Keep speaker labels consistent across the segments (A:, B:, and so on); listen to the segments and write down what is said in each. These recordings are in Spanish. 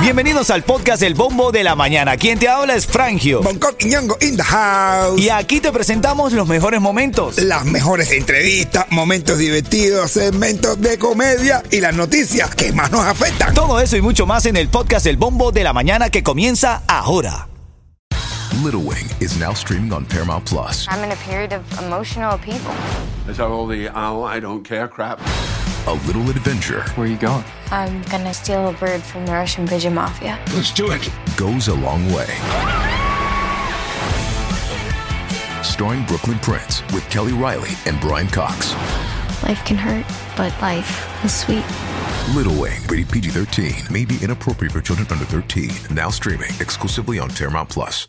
A: Bienvenidos al podcast El Bombo de la Mañana. Quien te habla es Frangio.
B: Bangkok y Ñongo in the house.
A: Y aquí te presentamos los mejores momentos.
B: Las mejores entrevistas, momentos divertidos, segmentos de comedia y las noticias que más nos afectan.
A: Todo eso y mucho más en el podcast El Bombo de la Mañana que comienza ahora.
C: Little Wing is now streaming on Paramount Plus.
D: I'm in a period of emotional upheaval.
E: Is that all the oh, I don't care crap?
C: A little adventure
F: Where are you going?
D: I'm gonna steal a bird from the Russian pigeon mafia.
E: Let's do it.
C: goes a long way. Starring Brooklyn Prince with Kelly Riley and Brian Cox.
D: Life can hurt, but life is sweet.
C: Little Wing, rated PG 13, may be inappropriate for children under 13. Now streaming exclusively on Paramount Plus.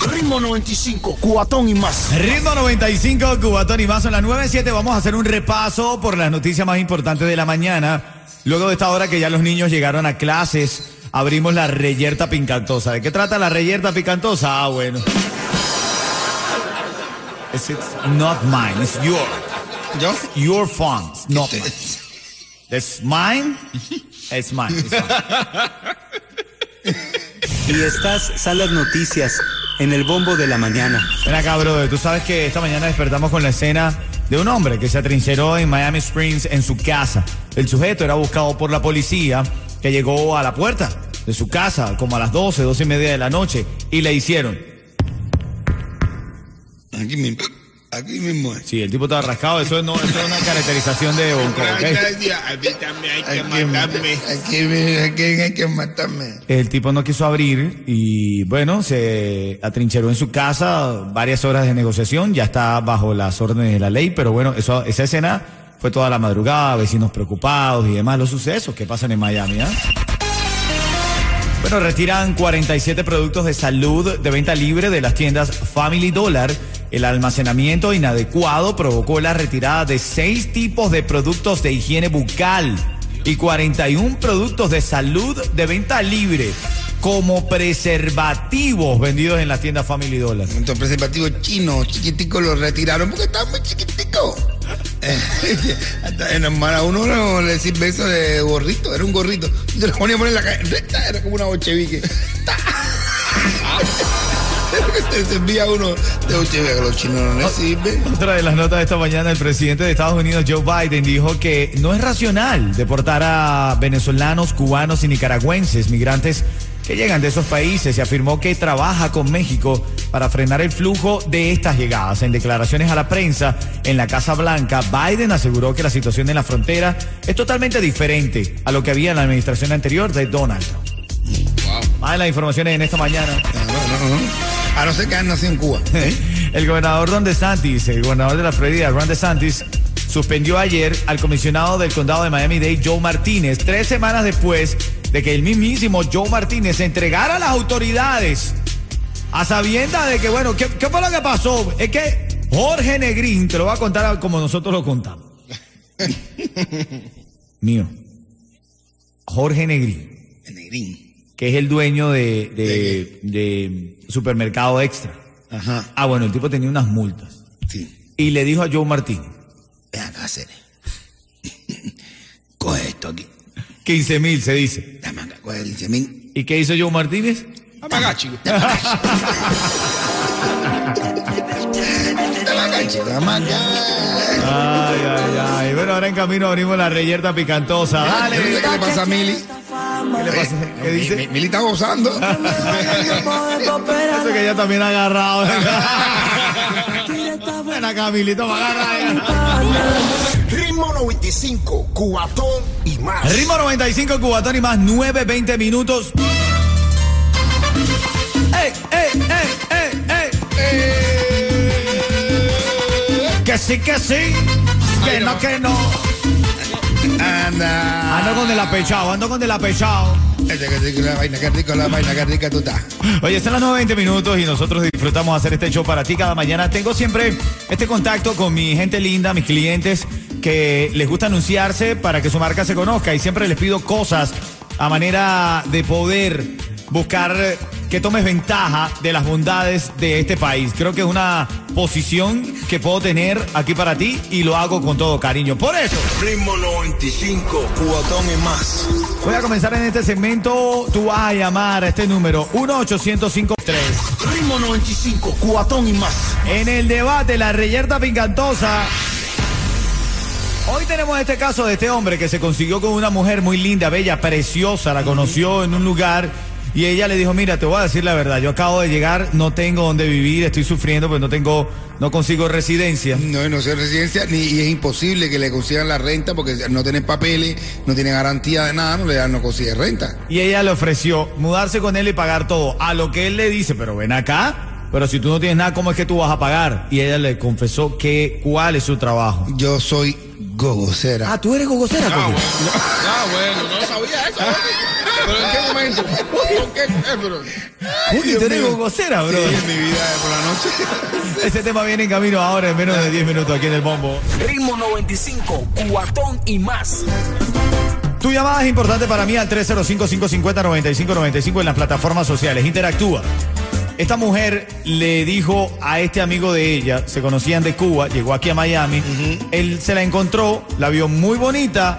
G: Ritmo 95, cuatón y más.
A: Ritmo 95, Cubatón y más. Son las 9.7. Vamos a hacer un repaso por las noticias más importantes de la mañana. Luego de esta hora que ya los niños llegaron a clases, abrimos la reyerta picantosa. ¿De qué trata la reyerta picantosa? Ah, bueno. It's, it's not mine, it's your.
G: ¿Yo?
A: Your fun, it's not mine. It's mine, it's mine. It's mine.
H: Y estas son las noticias en el bombo de la mañana.
A: Ven acá, brother. Tú sabes que esta mañana despertamos con la escena de un hombre que se atrincheró en Miami Springs en su casa. El sujeto era buscado por la policía que llegó a la puerta de su casa como a las 12, 12 y media de la noche y le hicieron.
G: Aquí mismo. Aquí mismo es.
A: Sí, el tipo estaba rascado. Eso no eso es una caracterización de Bonco, ¿ok?
I: a mí también hay que
G: Aquí,
I: matarme.
G: aquí mismo, aquí hay que matarme.
A: El tipo no quiso abrir y bueno, se atrincheró en su casa, varias horas de negociación, ya está bajo las órdenes de la ley, pero bueno, eso, esa escena fue toda la madrugada, vecinos preocupados y demás, los sucesos que pasan en Miami. ¿ah? Bueno, retiran 47 productos de salud de venta libre de las tiendas Family Dollar. El almacenamiento inadecuado provocó la retirada de seis tipos de productos de higiene bucal y 41 productos de salud de venta libre como preservativos vendidos en las tiendas Family Dollar.
G: Entonces, preservativo chino, chiquitico, lo retiraron porque estaba muy chiquitico. Eh, Hasta en a uno no le sirve eso de gorrito, era un gorrito. Yo lo ponía a poner en la calle recta, era como una bochevique. Ta. Era que te servía uno de bochevique, que los chinos no les sirven.
A: Otra de las notas de esta mañana, el presidente de Estados Unidos, Joe Biden, dijo que no es racional deportar a venezolanos, cubanos y nicaragüenses, migrantes que llegan de esos países, y afirmó que trabaja con México para frenar el flujo de estas llegadas. En declaraciones a la prensa en la Casa Blanca, Biden aseguró que la situación en la frontera es totalmente diferente a lo que había en la administración anterior de Donald Trump. Más de las informaciones en esta mañana.
G: No, no, no, no. A no ser que hayan nacido en Cuba.
A: El gobernador Ron DeSantis, el gobernador de la Florida, Ron DeSantis, suspendió ayer al comisionado del condado de Miami-Dade, Joe Martínez, tres semanas después de que el mismísimo Joe Martínez se entregara a las autoridades a sabiendas de que, bueno, ¿qué, qué fue lo que pasó? Es que Jorge Negrín te lo va a contar a- como nosotros lo contamos. Mío. Jorge Negrín,
G: Negrín.
A: que es el dueño de, de- de Supermercado Extra.
G: Ajá.
A: Ah, bueno, el tipo tenía unas multas.
G: Sí.
A: y le dijo a Joe Martínez,
G: Ven acá, Cere. Coge esto aquí.
A: 15 mil se dice.
G: Dame acá, coge 15 mil.
A: ¿Y qué hizo Joe Martínez?
I: Apaga, chico.
G: Dame acá, chico, dame acá.
A: Ay, ay, ay. Bueno, ahora en camino abrimos la reyerta picantosa.
G: Yo no
A: Dale.
G: sé ¿Qué le pasa a Mili?
A: ¿Qué le pasa? ¿Qué
G: Mi-
A: dice?
G: mi- Mili está gozando.
A: Eso que ella también ha agarrado. Ven acá, Milito, para agarrar.
I: Ritmo 95, cubatón y más.
A: Ritmo 95, Cubatón y más 9, 20 minutos. ¡Ey, ey, ey, ey, ey! Que sí, que sí. Que no, que no.
G: Anda.
A: Ando con el apechado, ando con el apechado.
G: Ay, qué rico la vaina, qué rico la vaina, qué rica tú estás.
A: Oye, son las 9.20 minutos y nosotros disfrutamos hacer este show para ti cada mañana. Tengo siempre este contacto con mi gente linda, mis clientes, que les gusta anunciarse para que su marca se conozca y siempre les pido cosas a manera de poder buscar que tomes ventaja de las bondades de este país. Creo que es una posición que puedo tener aquí para ti y lo hago con todo cariño. Por eso.
I: Ritmo 95, cubatón y más.
A: Voy a comenzar en este segmento. Tú vas a llamar a este número 1-800-53.
I: Ritmo 95, cubatón y más.
A: En el debate, la reyerta pincantosa. Hoy tenemos este caso de este hombre que se consiguió con una mujer muy linda, bella, preciosa. La conoció en un lugar y ella le dijo, mira, te voy a decir la verdad. Yo acabo de llegar, no tengo dónde vivir, estoy sufriendo, pues no tengo, no consigo residencia.
G: No, y no sé residencia, ni, y es imposible que le consigan la renta porque no tienen papeles, no tienen garantía de nada, no le dan, no consiguen renta.
A: Y ella le ofreció mudarse con él y pagar todo. A lo que él le dice, pero ven acá, pero si tú no tienes nada, ¿cómo es que tú vas a pagar? Y ella le confesó que cuál es su trabajo.
G: Yo soy gogocera.
A: Ah, tú eres gogocera. Coqui?
I: Ah, bueno, no sabía
G: Ah.
I: eso. Pero en qué momento. ¿Por qué? Eh, pero-
A: Coqui, tú eres gogocera, bro.
G: Sí, en mi vida eh, por la noche.
A: Ese tema viene en camino ahora en menos de 10 minutos aquí en el bombo.
I: Ritmo 95, cubatón y más.
A: Tu llamada es importante para mí al 305-550-9595 en las plataformas sociales. Interactúa. Esta mujer le dijo a este amigo de ella, se conocían de Cuba, llegó aquí a Miami, él se la encontró, la vio muy bonita,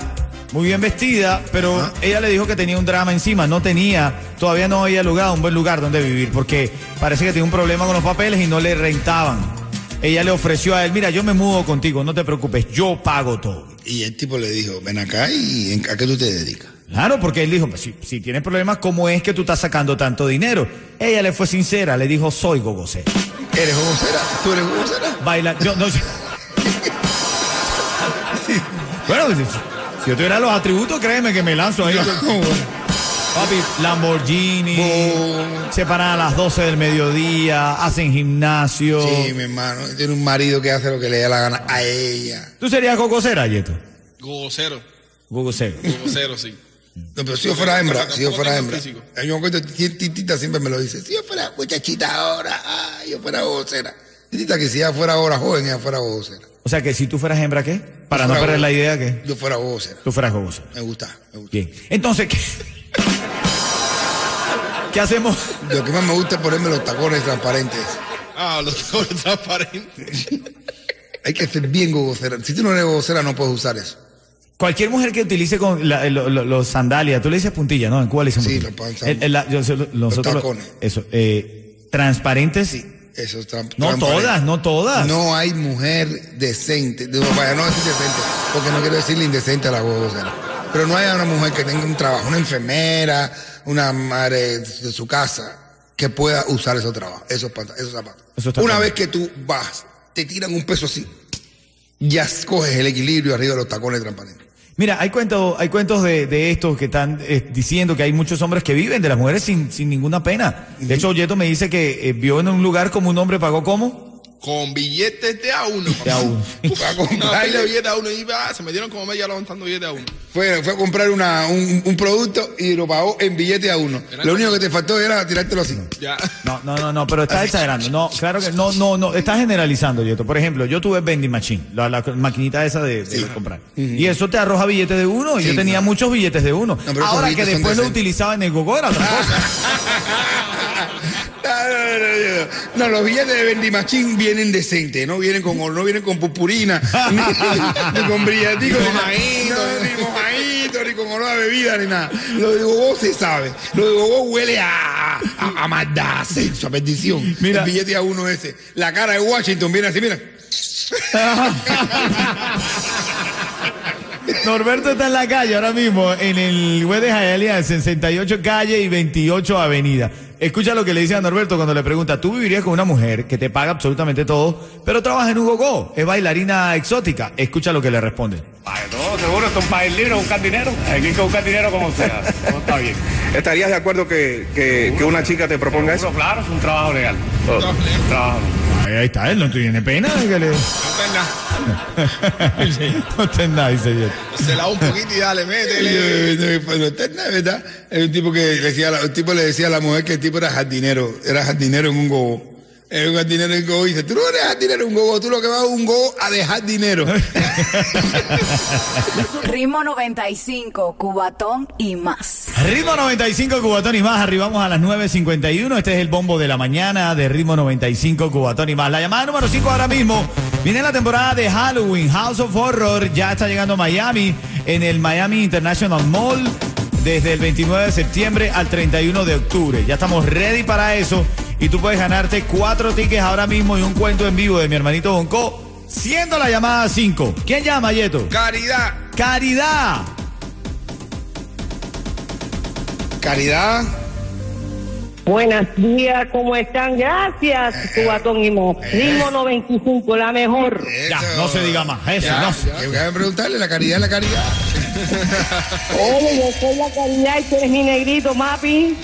A: muy bien vestida, pero ella le dijo que tenía un drama encima, no tenía, todavía no había lugar, un buen lugar donde vivir, porque parece que tenía un problema con los papeles y no le rentaban. Ella le ofreció a él, mira, yo me mudo contigo, no te preocupes, yo pago todo.
G: Y el tipo le dijo, ven acá y ¿en- ¿a qué tú te dedicas?
A: Claro, porque él dijo, "Pues, si, si tienes problemas, ¿cómo es que tú estás sacando tanto dinero? Ella le fue sincera, le dijo, soy gogocera.
G: ¿Eres gogocera? ¿Tú eres gogocera?
A: Baila, yo no sé. Bueno, pues, si, si yo tuviera los atributos, créeme que me lanzo ahí. Papi, Lamborghini,
G: Bo-
A: se paran a las 12 del mediodía, hacen gimnasio.
G: Sí, mi hermano. Tiene un marido que hace lo que le da la gana a ella.
A: ¿Tú serías gogocera, Yeto?
I: Gocero,
A: Gogocero.
I: gocero, sí.
G: No, pero si yo fuera hembra,
I: Pero
G: si yo
I: tampoco
G: fuera
I: tengo
G: hembra.
I: físico.
G: A mí me acuerdo, ti- Titita siempre me lo dice. Si yo fuera muchachita ahora, ay, yo fuera vocera. Titita que si ella fuera ahora joven, ella fuera vocera.
A: O sea que si tú fueras hembra, ¿qué? Para no perder la idea que
G: Yo fuera vocera.
A: tú fueras gogocera.
G: Me gusta, me gusta.
A: Bien. Entonces, ¿qué, ¿Qué hacemos?
G: Lo que más me gusta es ponerme los tacones transparentes.
I: Ah, los tacones transparentes.
G: Hay que ser bien vocera. Si tú no eres vocera, no puedes usar eso.
A: Cualquier mujer que utilice con la- eh, lo- lo- los sandalias, tú le dices puntilla, ¿no? ¿En Cuba le dicen
G: Sí,
A: puntilla?
G: los pants-
A: El- el- la- yo sé, lo- nosotros lo-
G: tacones.
A: Eso. eh, transparentes.
G: Eso es tram-
A: No
G: transparente.
A: todas, no todas.
G: No hay mujer decente. Digo, vaya, no decir decente, porque no quiero decirle indecente a la vocera. Pero no hay una mujer que tenga un trabajo, una enfermera, una madre de su casa, que pueda usar esos trabajos, esos, pant- esos zapatos.
A: Eso está
G: una
A: claro.
G: vez que tú vas, te tiran un peso así, ya coges el equilibrio arriba de los tacones transparentes.
A: Mira, hay cuentos, hay cuentos de, de estos que están eh, diciendo que hay muchos hombres que viven de las mujeres sin, sin ninguna pena. De hecho, Yeto me dice que eh, vio en un lugar como un hombre pagó como.
I: Con billetes de a uno.
A: De a uno.
G: Fue a
I: Una pila de
G: comprar,
I: billetes a uno. Y va, se me dieron como media levantando billetes a uno.
G: fue, fue a comprar una- un, un producto y lo pagó en billete a uno. Lo único que te faltó era tirártelo así.
I: Ya.
A: No, no, no, no, pero estás exagerando. No, claro que no, no, no. Estás generalizando, Yeto. Por ejemplo, yo tuve vending machine, la, la maquinita esa de, de comprar. Y eso te arroja billetes de uno. Y
G: Sí,
A: yo tenía
G: no.
A: muchos billetes de uno.
G: pero esos
A: Ahora que
G: billetes son
A: después lo
G: decentes.
A: utilizaba en el gogo era otra cosa.
G: No, no, no, no. No, los billetes de vendimachín vienen decentes, no vienen con no vienen con purpurina, ni, ni con brillatico, ni,
I: Mojadito.
G: no, ni mojadito, ni con olor a bebida, ni nada. Lo de Gogó se sabe. Lo de Gogó huele a, a, a maldad, a sexo, a perdición.
A: Mira.
G: El billete a uno ese. La cara de Washington viene así, mira.
A: Norberto está en la calle ahora mismo, en el web de Hialeah, en 68 calle y 28 avenida. Escucha lo que le dice a Norberto cuando le pregunta, tú vivirías con una mujer que te paga absolutamente todo, pero trabaja en un gogo, es bailarina exótica. Escucha lo que le responde.
F: Para que todo seguro, esto es un país libre, buscar dinero. Aquí hay que buscar dinero como sea. Todo está bien.
J: ¿Estarías de acuerdo que, que- que una chica te proponga eso?
F: Claro, es un trabajo legal. Un trabajo.
A: Ahí, ahí está, él no tiene pena. dígale. no está en nada, dice yo.
I: Se la da un poquito y dale, métele.
G: Pero esta es la verdad. Hay un tipo que le decía, a la- un tipo le decía a la mujer que el tipo era jardinero, era jardinero en un gogo. Era un jardinero en un gogo y dice, tú no eres jardinero en un gogo, tú lo que vas a un gogo a dejar dinero.
K: Ritmo 95, Cubatón y más.
A: Ritmo 95 Cubatón y más, arribamos a las 9.51. Este es el bombo de la mañana de Ritmo 95 Cubatón y más. La llamada número 5 ahora mismo. Viene la temporada de Halloween, House of Horror. Ya está llegando a Miami en el Miami International Mall desde el 29 de septiembre al 31 de octubre. Ya estamos ready para eso y tú puedes ganarte cuatro tickets ahora mismo y un cuento en vivo de mi hermanito Bonco, siendo la llamada 5. ¿Quién llama, Yeto?
B: Caridad.
A: Caridad.
B: Caridad.
L: Buenos días, ¿cómo están? Gracias, Cubatón y Mo. Ritmo 95, la mejor.
A: Ya, no se diga más. Eso, no se-
G: Que vayan a preguntarle, la caridad es la caridad.
L: Oye, yo soy la caridad y tú eres mi negrito, mapi.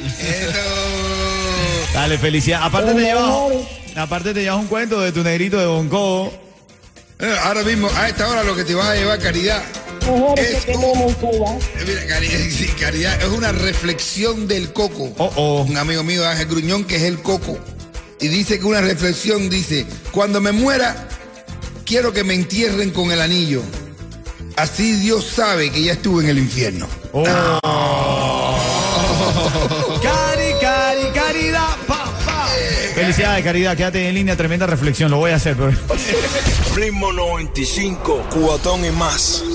A: Dale, felicidad. Aparte te
L: Hola,
A: llevas,
L: amores.
A: aparte te llevas un cuento de tu negrito de Bonco.
G: Eh, Ahora mismo, a esta hora lo que te vas a llevar, caridad.
L: Mejores que tenemos en Cuba.
G: Eh, Mira, caridad, sí, caridad, es una reflexión del coco. Un amigo mío, Ángel Gruñón, que es el coco. Y dice que una reflexión dice, cuando me muera, quiero que me entierren con el anillo. Así Dios sabe que ya estuve en el infierno.
A: Cari, cari, caridad, pa, pa.
L: Eh,
A: Felicidades, caridad. Quédate en línea, tremenda reflexión. Lo voy a hacer, pero.
M: Ritmo 95, cuatón y más.